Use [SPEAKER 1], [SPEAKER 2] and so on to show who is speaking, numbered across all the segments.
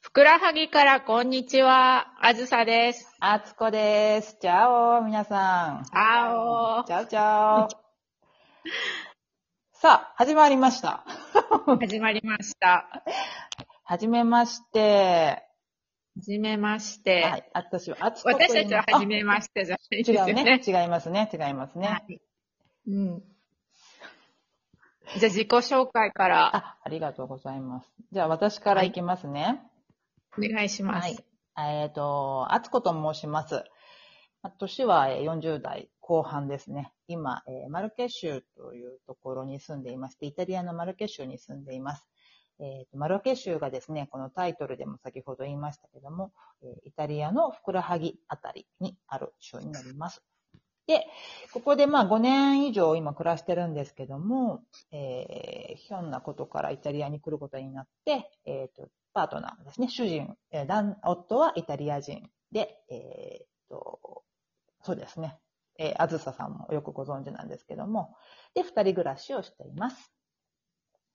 [SPEAKER 1] ふくらはぎからこんにちは、あずさです。
[SPEAKER 2] あつこです。チャオ、皆さん。
[SPEAKER 1] あ
[SPEAKER 2] チャオチャオ。さあ、始まりました。
[SPEAKER 1] おー、始まりました。
[SPEAKER 2] はじめまして。
[SPEAKER 1] はじめまし
[SPEAKER 2] は
[SPEAKER 1] て。
[SPEAKER 2] い、私は、あつこ
[SPEAKER 1] 私たちははじめま
[SPEAKER 2] し
[SPEAKER 1] してじゃないです
[SPEAKER 2] 違
[SPEAKER 1] よ
[SPEAKER 2] うね
[SPEAKER 1] ね。。
[SPEAKER 2] 違いますね。違いますね。
[SPEAKER 1] はいうん。じゃあ自己紹介から
[SPEAKER 2] あ、ありがとうございます。じゃあ、私からいきますね。
[SPEAKER 1] お願いします。
[SPEAKER 2] はい。えっ、と、あつこと申します。まあ年はえー40代後半ですね。今、えーマルケ州というところに住んでいまして、イタリアのマルケ州に住んでいます。えーとマルケ州がですね、このタイトルでも先ほど言いましたけども、えーイタリアのふくらはぎあたりにある州になります。で、ここでまあ5年以上今暮らしてるんですけども、えーひょんなことからイタリアに来ることになって、えーとパートナーですね、主人、えー旦夫はイタリア人で、えーっと、そうですね、えー、あずささんもよくご存知なんですけども、で、二人暮らしをしています。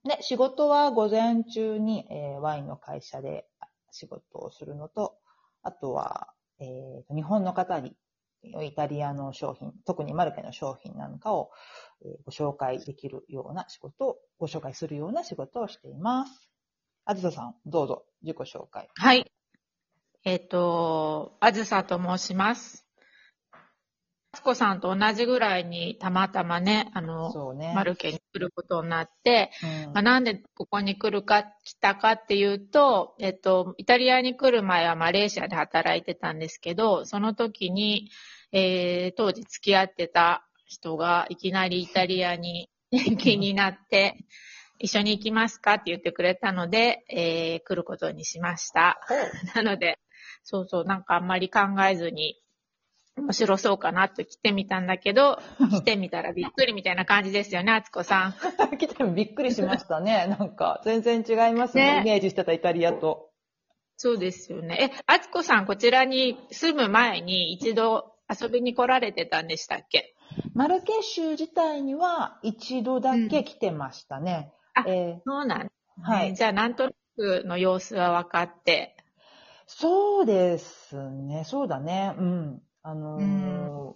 [SPEAKER 2] で、仕事は午前中に、えーワインの会社で仕事をするのと、あとは、えー日本の方に、イタリアの商品、特にマルケの商品なんかを、えーご紹介できるような仕事を、ご紹介するような仕事をしています。あずささん、どうぞ、自己紹介。
[SPEAKER 1] はい。えっ、と、あずさと申します。あつこさんと同じぐらいにたまたまね、あの、
[SPEAKER 2] そうね。
[SPEAKER 1] マルケに来ることになって、
[SPEAKER 2] うん
[SPEAKER 1] まあ、なんでここに来るか、来たかっていうと、えっと、イタリアに来る前はマレーシアで働いてたんですけど、その時に、えー当時付き合ってた人がいきなりイタリアに気になって、一緒に行きますかって言ってくれたので、えー来ることにしました。
[SPEAKER 2] ほう
[SPEAKER 1] なので、そうそう、なんかあんまり考えずに、面白そうかなと来てみたんだけど、来てみたらびっくりみたいな感じですよね、あつこさん。
[SPEAKER 2] 来てびっくりしましたね。 なんか、全然違いますね。
[SPEAKER 1] ね
[SPEAKER 2] イメージしてたイタリアと。
[SPEAKER 1] そうですよね。え、あつこさん、こちらに住む前に一度遊びに来られてたんでしたっけ
[SPEAKER 2] マルケ州自体には一度だけ来てましたね。
[SPEAKER 1] うんあ
[SPEAKER 2] え
[SPEAKER 1] そうなんです、
[SPEAKER 2] ー
[SPEAKER 1] ね。
[SPEAKER 2] はい。
[SPEAKER 1] じゃあ、なんとなくの様子は分かって。
[SPEAKER 2] そうですね。そうだね。うん。あのー
[SPEAKER 1] うん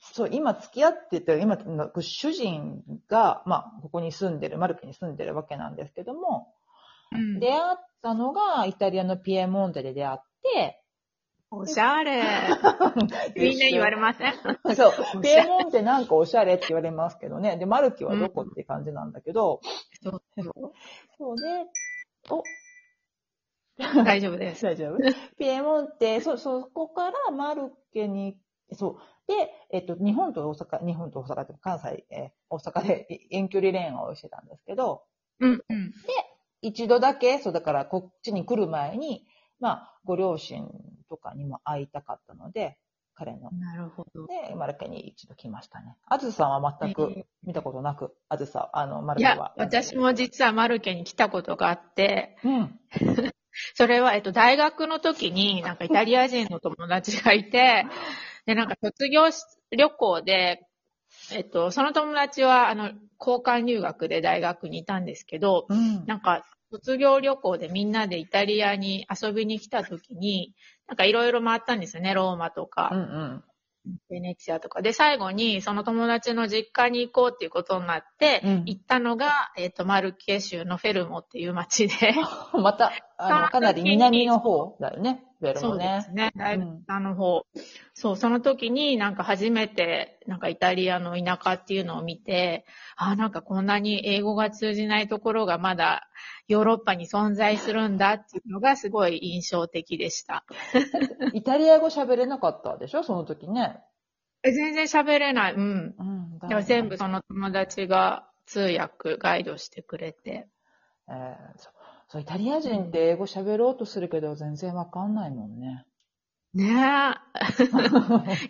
[SPEAKER 2] そう、今付き合ってて、今、主人が、まあ、ここに住んでる、マルケに住んでるわけなんですけども、
[SPEAKER 1] うん
[SPEAKER 2] 出会ったのがイタリアのピエモンテで出会って、
[SPEAKER 1] おしゃれ。 みんな言われません
[SPEAKER 2] す。そ
[SPEAKER 1] ゃれ
[SPEAKER 2] う。ピエモンテなんかおしゃれって言われますけどね。で、マルキはどこって感じなんだけど、
[SPEAKER 1] そう
[SPEAKER 2] そうで、お、
[SPEAKER 1] 大丈夫です。
[SPEAKER 2] 大丈夫ピエモンテ、そ、そこからマルケに、そう。で、えっと、日本と大阪、日本と大阪って関西、えー大阪でえ遠距離恋愛をしてたんですけど、
[SPEAKER 1] うんうん。
[SPEAKER 2] 一度だけ、そうだからこっちに来る前に、まあ、ご両親とかにも会いたかったので、彼の
[SPEAKER 1] なるほど。
[SPEAKER 2] で、マルケに一度来ましたね。あずさんは全
[SPEAKER 1] え
[SPEAKER 2] く見たことなく、あずさ、あの、マル
[SPEAKER 1] い
[SPEAKER 2] ケ
[SPEAKER 1] や
[SPEAKER 2] は、。
[SPEAKER 1] 私も実はマルケに来たことがあって、
[SPEAKER 2] うん。
[SPEAKER 1] それは、えっと、大学の時に、なんかイタリア人の友達がい て、で、なんか卒業し旅行で、えっと、その友達は、あの、交換留学で大学にいたんですけど、
[SPEAKER 2] うん。
[SPEAKER 1] なんか、卒業旅行でみんなでイタリアに遊びに来た時に、なんかいろいろ回ったんですよね、ローマと
[SPEAKER 2] うんう
[SPEAKER 1] か、
[SPEAKER 2] ん。
[SPEAKER 1] ベネチアとか。で、最後に、その友達の実家に行こうっていうことになって、
[SPEAKER 2] うん
[SPEAKER 1] 行ったのが、えっと、マルケ州のフェルモっていう街で、
[SPEAKER 2] また、あの、かなり南の方だよね、ベル
[SPEAKER 1] そ
[SPEAKER 2] も
[SPEAKER 1] うで
[SPEAKER 2] ね
[SPEAKER 1] す。ね。だいぶ
[SPEAKER 2] うん
[SPEAKER 1] 下の方。そう、その時になんか初めて、なんかイタリアの田舎っていうのを見て、あーなんかこんなに英語が通じないところがまだヨーロッパに存在するんだっていうのがすごい印象的でした。
[SPEAKER 2] イタリア語喋れなかったでしょ、その時ね。
[SPEAKER 1] え全然喋れない。うん。
[SPEAKER 2] うん。だ
[SPEAKER 1] でも全部。その友達が通訳、ガイドしてくれて。
[SPEAKER 2] えーそう。そう、イタリア人って英語喋ろうとするけど、全然わかんないもんね。
[SPEAKER 1] ねえ。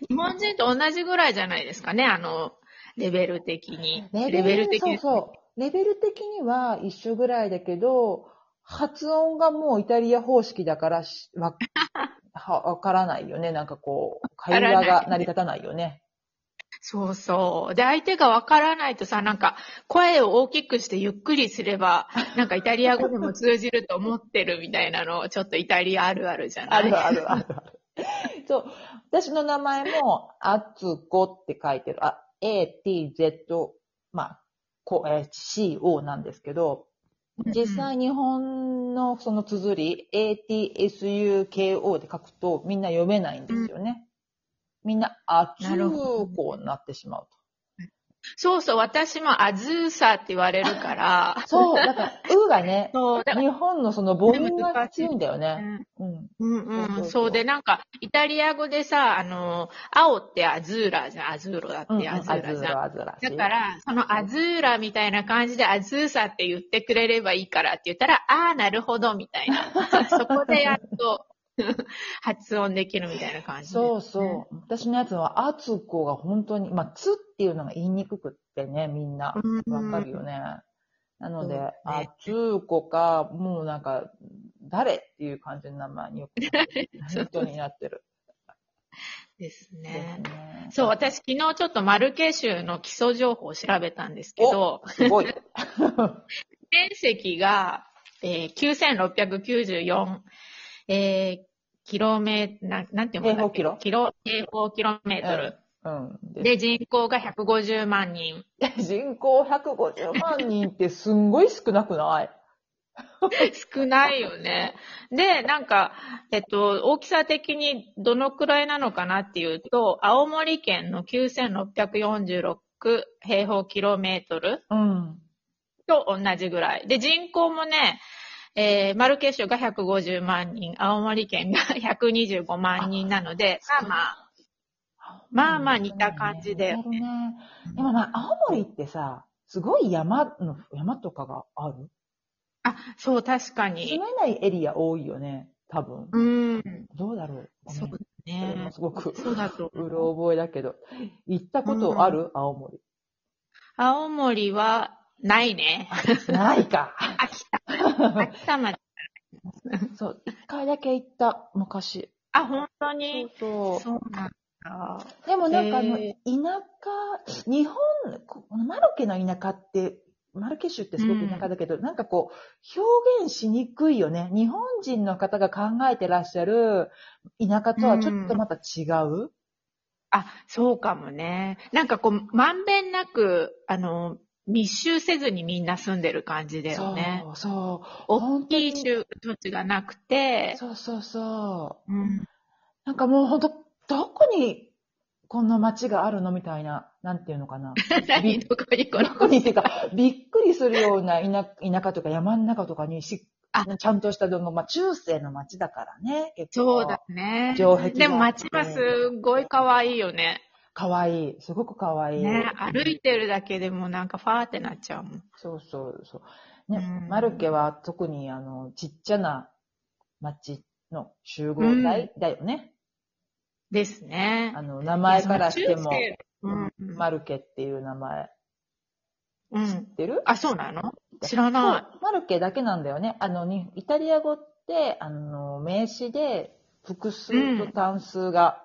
[SPEAKER 1] 日本人と同じぐらいじゃないですかね、あの、レベル的に。レベル的
[SPEAKER 2] そう
[SPEAKER 1] に。
[SPEAKER 2] そう。レベル的には一緒ぐらいだけど、発音がもうイタリア方式だからし、わ、 はわからないよね。なんかこう、会話が成り立たないよね。
[SPEAKER 1] そうそう。で、相手がわからないとさ、なんか、声を大きくしてゆっくりすれば、 なんかイタリア語でも通じると思ってるみたいなの、ちょっとイタリアあるあるじゃない
[SPEAKER 2] あるあるあるある。 そう。私の名前も、あつこって書いてる。あ、A, T, Z, まあ、こえー C, O なんですけど、実際日本のその綴り、A, T, S, U, K, O で書くとみんな読めないんですよね。みんな、あつ
[SPEAKER 1] なるほど
[SPEAKER 2] こになってしまう
[SPEAKER 1] そうそう、私もアズーサーって言われるから
[SPEAKER 2] と。、そう、だから、うがね、
[SPEAKER 1] そう、だか
[SPEAKER 2] 日本 のその母音が強いんだよ
[SPEAKER 1] ら、
[SPEAKER 2] ね。うん。
[SPEAKER 1] うんうん
[SPEAKER 2] そうそうそう
[SPEAKER 1] そうで、なんか、イタリア語でさ、あの、青ってアズーラじゃん、アズーロだって、
[SPEAKER 2] うん、
[SPEAKER 1] ア
[SPEAKER 2] あ
[SPEAKER 1] ズ
[SPEAKER 2] ず
[SPEAKER 1] ーラじゃん。
[SPEAKER 2] らあずら。
[SPEAKER 1] だから、そのアズーラみたいな感じで、アズーサって言ってくれればいいからって言ったら、ああ、なるほど、みたい な。そこでやっと発音できるみたいな感じで。
[SPEAKER 2] そうそう。私のやつは、あつこが本当に、まあ、つっていうのが言いにくくってね、みんな。
[SPEAKER 1] うんうん。
[SPEAKER 2] わかるよね。なので、
[SPEAKER 1] そうね
[SPEAKER 2] あつこか、もうなんか、誰っていう感じの名前によくなってる本当になって る。
[SPEAKER 1] です
[SPEAKER 2] です
[SPEAKER 1] ね。
[SPEAKER 2] ね
[SPEAKER 1] そう、私昨日ちょっとマルケ州の基礎情報を調べたんですけど、
[SPEAKER 2] すごい。
[SPEAKER 1] 面積が、えー、9694、えー、キロメななんていうの
[SPEAKER 2] 平方キロ
[SPEAKER 1] キロ、平方キロメートル。
[SPEAKER 2] うん。うんで
[SPEAKER 1] で、人口が150万人。
[SPEAKER 2] 人口150万人ってすんごい少なくない
[SPEAKER 1] 少ないよね。で、なんか、えっと、大きさ的にどのくらいなのかなっていうと、青森県の9646平方キロメートル
[SPEAKER 2] うん。
[SPEAKER 1] と同じぐらい。で、人口もね、えー、マルケ州が150万人、青森県が 125万人なので、まあまあ、まあまあ似た感じで
[SPEAKER 2] なるほどね。でもまあ、青森ってさ、すごい山の、山とかがある
[SPEAKER 1] あ、そう、確か
[SPEAKER 2] 住
[SPEAKER 1] に。
[SPEAKER 2] めないエリア多いよね、多分。
[SPEAKER 1] うん、
[SPEAKER 2] どうだろう。
[SPEAKER 1] そうだ
[SPEAKER 2] ごめんそれも
[SPEAKER 1] ね。
[SPEAKER 2] すごく、
[SPEAKER 1] そうだと思う
[SPEAKER 2] うろ覚えだけど。行ったことある、青森。
[SPEAKER 1] 青森は、ないね。
[SPEAKER 2] ないか。
[SPEAKER 1] 秋田。秋田まで。
[SPEAKER 2] そう、一回だけ行った、昔。
[SPEAKER 1] あ、本当
[SPEAKER 2] そう
[SPEAKER 1] に
[SPEAKER 2] そう。
[SPEAKER 1] そうなんだ。
[SPEAKER 2] でもなんかあの、
[SPEAKER 1] へ
[SPEAKER 2] 田舎、日本、ここのマルケの田舎って、マルケ州ってすごく田舎だけど、なんかこう、表現しにくいよね。日本人の方が考えてらっしゃる田舎とはちょっとまた違う。
[SPEAKER 1] あ、そうかもね。なんかこう、まんべんなく、あの、密集せずにみんな住んでる感じだよね。
[SPEAKER 2] そう、そう。
[SPEAKER 1] 大きい
[SPEAKER 2] 本当に
[SPEAKER 1] 州、土地がなくて、
[SPEAKER 2] そうそうそう。
[SPEAKER 1] うん、
[SPEAKER 2] なんかもうほんと、どこにこんな街があるのみたいな、なんていうのか な。
[SPEAKER 1] 何どこにこ
[SPEAKER 2] どこ
[SPEAKER 1] の、
[SPEAKER 2] にっていうか、びっくりするような田田舎とか山の中とかにし
[SPEAKER 1] あ
[SPEAKER 2] ちゃんとしたどの、まあ、中世の街だからね、結構。
[SPEAKER 1] そうだね。
[SPEAKER 2] 城壁が
[SPEAKER 1] でも街はすごい可愛いよね。
[SPEAKER 2] かわいい。すごくかわいい。
[SPEAKER 1] ね、歩いてるだけでもなんかファーってなっちゃうもん。
[SPEAKER 2] そうそうそう。ね、
[SPEAKER 1] うん
[SPEAKER 2] マルケは特にあの、ちっちゃな街の集合体だよね。
[SPEAKER 1] ですね
[SPEAKER 2] あ。の、名前からし
[SPEAKER 1] い、や
[SPEAKER 2] ても
[SPEAKER 1] その中世うん、
[SPEAKER 2] マルケっていう名前
[SPEAKER 1] う
[SPEAKER 2] 知っ
[SPEAKER 1] ん。
[SPEAKER 2] てる
[SPEAKER 1] あ、そうなの知らない。
[SPEAKER 2] そうマルケだけなんだよね。あの、にイタリア語って、あの、名詞で、複数と単数が、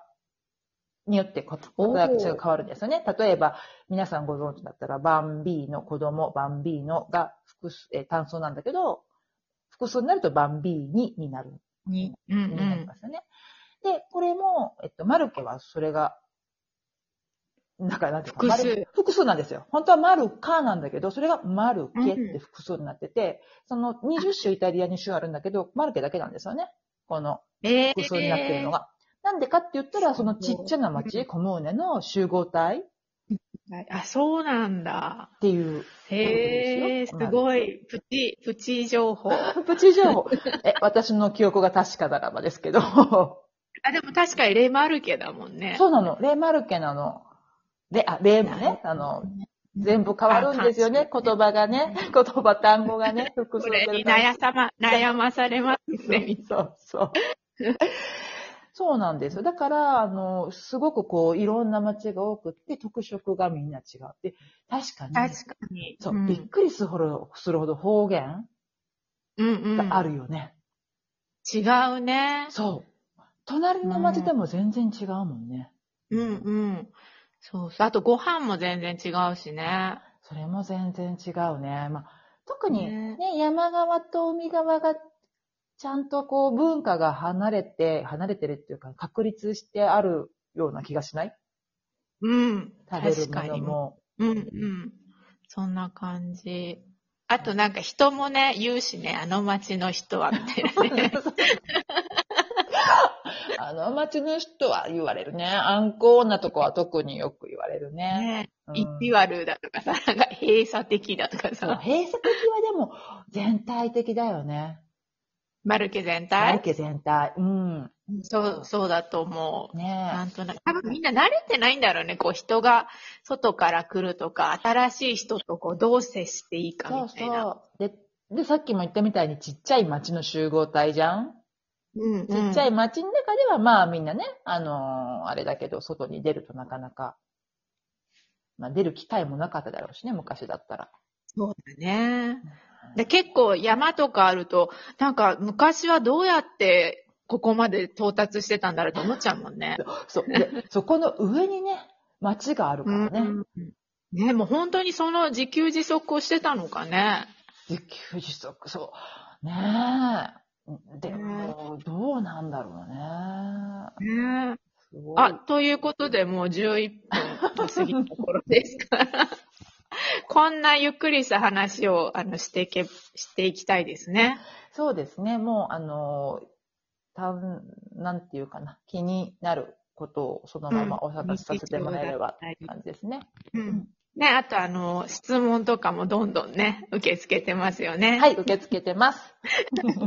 [SPEAKER 2] によってこ
[SPEAKER 1] おー
[SPEAKER 2] 形が変わるんですよね。例えば、皆さんご存知だったら、バンビーの子供、バンビーのが複数、えー単数なんだけど、複数になるとバンビーニになる、
[SPEAKER 1] に、うんう
[SPEAKER 2] になり
[SPEAKER 1] ん
[SPEAKER 2] ま。すよね。で、これも、えっと、マルケはそれが、なんか、なんていうか、
[SPEAKER 1] 複数
[SPEAKER 2] マル複数なんですよ。本当はマルカなんだけど、それがマルケって複数になってて、その20種イタリアに種あるんだけど、マルケだけなんですよね。この
[SPEAKER 1] え
[SPEAKER 2] 複数になってるのが。なんでかって言ったら、そのちっちゃな町、コムーネの集合体っ
[SPEAKER 1] えあ、そうなんだ。
[SPEAKER 2] ていう。
[SPEAKER 1] へえ、す
[SPEAKER 2] そうですよ
[SPEAKER 1] ごい。プチ、プチ情報。あ、
[SPEAKER 2] プチ情 報。え、私の記憶が確かならばですけど。
[SPEAKER 1] でも確かにレマルケだもんね。
[SPEAKER 2] そうなの。レマルケなの。レ、あ、レもね、あの、全部変わるんですよね。
[SPEAKER 1] あ
[SPEAKER 2] 言葉がね、言葉、単語が ね、複
[SPEAKER 1] こ
[SPEAKER 2] 数
[SPEAKER 1] れ
[SPEAKER 2] 形
[SPEAKER 1] に
[SPEAKER 2] で
[SPEAKER 1] 悩さま、悩まされますね。
[SPEAKER 2] そうそう。そうなんですよ。だから、あの、すごくこう、いろんな街が多くって、特色がみんな違うって、確かに、
[SPEAKER 1] 確かに。
[SPEAKER 2] そう、
[SPEAKER 1] ん
[SPEAKER 2] びっくりするほど、するほど方言
[SPEAKER 1] うんうん。
[SPEAKER 2] があるよね。
[SPEAKER 1] 違うね。
[SPEAKER 2] そう。隣の街でも全然違うもんね。
[SPEAKER 1] うんうん。そうそう。あとご飯も全然違うしね。
[SPEAKER 2] それも全然違うね。まあ、特にね
[SPEAKER 1] ね
[SPEAKER 2] 山側と海側がちゃんとこう文化が離れて、離れてるっていうか確立してあるような気がしない
[SPEAKER 1] うん。
[SPEAKER 2] 食べる
[SPEAKER 1] 確
[SPEAKER 2] も
[SPEAKER 1] か
[SPEAKER 2] の
[SPEAKER 1] に。
[SPEAKER 2] も。
[SPEAKER 1] うんうん。そんな感じ。あとなんか人もね、言うしね、あの街の人は、みたいなね。
[SPEAKER 2] あの街の人は言われるね。あんこなとこは特によく言われる ね。
[SPEAKER 1] ね
[SPEAKER 2] うん
[SPEAKER 1] 意地悪だとかさ、なんか閉鎖的だとか
[SPEAKER 2] そう
[SPEAKER 1] さ、
[SPEAKER 2] 閉鎖的はでも全体的だよね。
[SPEAKER 1] マルケ全
[SPEAKER 2] マル
[SPEAKER 1] 体
[SPEAKER 2] ケ全体。うん。
[SPEAKER 1] そう、そうだと思う。
[SPEAKER 2] ねえ
[SPEAKER 1] なんとなく。多分みんな慣れてないんだろうね。こう人が外から来るとか、新しい人とこうどう接していいか
[SPEAKER 2] そう
[SPEAKER 1] みたいな。
[SPEAKER 2] そう。で、で、さっきも言ったみたいにちっちゃい町の集合体じゃん
[SPEAKER 1] うんうん
[SPEAKER 2] ちっちゃい町の中ではまあみんなね、あのーあれだけど、外に出るとなかなか、まあ出る機会もなかっただろうしね、昔だったら。
[SPEAKER 1] そうだね。で結構山とかあると、なんか昔はどうやってここまで到達してたんだろうと思っちゃうもんね。
[SPEAKER 2] そう。で、 そこの上にね、町があるからね、
[SPEAKER 1] うんね、もう本当にその自給自足をしてたのかね。
[SPEAKER 2] 自給自足、そう。ねえ。で
[SPEAKER 1] ね
[SPEAKER 2] も、どうなんだろうね。
[SPEAKER 1] ね
[SPEAKER 2] すごい。
[SPEAKER 1] あ、ということで、もう11分を過ぎたところです から、こんなゆっくりした話をあのしていけ、していきたいですね。
[SPEAKER 2] そうですね。もう、あの、たん、なんていうかな。気になることをそのままお話しさせてもらえればって感じですね。
[SPEAKER 1] うん。ね、あとあの、質問とかもどんどんね、受け付けてますよね。
[SPEAKER 2] はい、受け付けてます。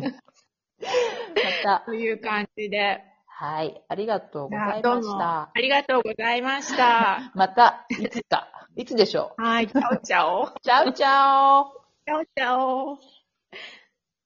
[SPEAKER 2] また、
[SPEAKER 1] という感じで、
[SPEAKER 2] はい、ありがとうご
[SPEAKER 1] じゃ
[SPEAKER 2] ざ
[SPEAKER 1] あ
[SPEAKER 2] い
[SPEAKER 1] ど
[SPEAKER 2] ま
[SPEAKER 1] う
[SPEAKER 2] し
[SPEAKER 1] も
[SPEAKER 2] た
[SPEAKER 1] あ。りがとうございました。
[SPEAKER 2] また、いつか、いつでしょ
[SPEAKER 1] はい、チャオチャオ。
[SPEAKER 2] う。チャウチャオ
[SPEAKER 1] チャオチャオ。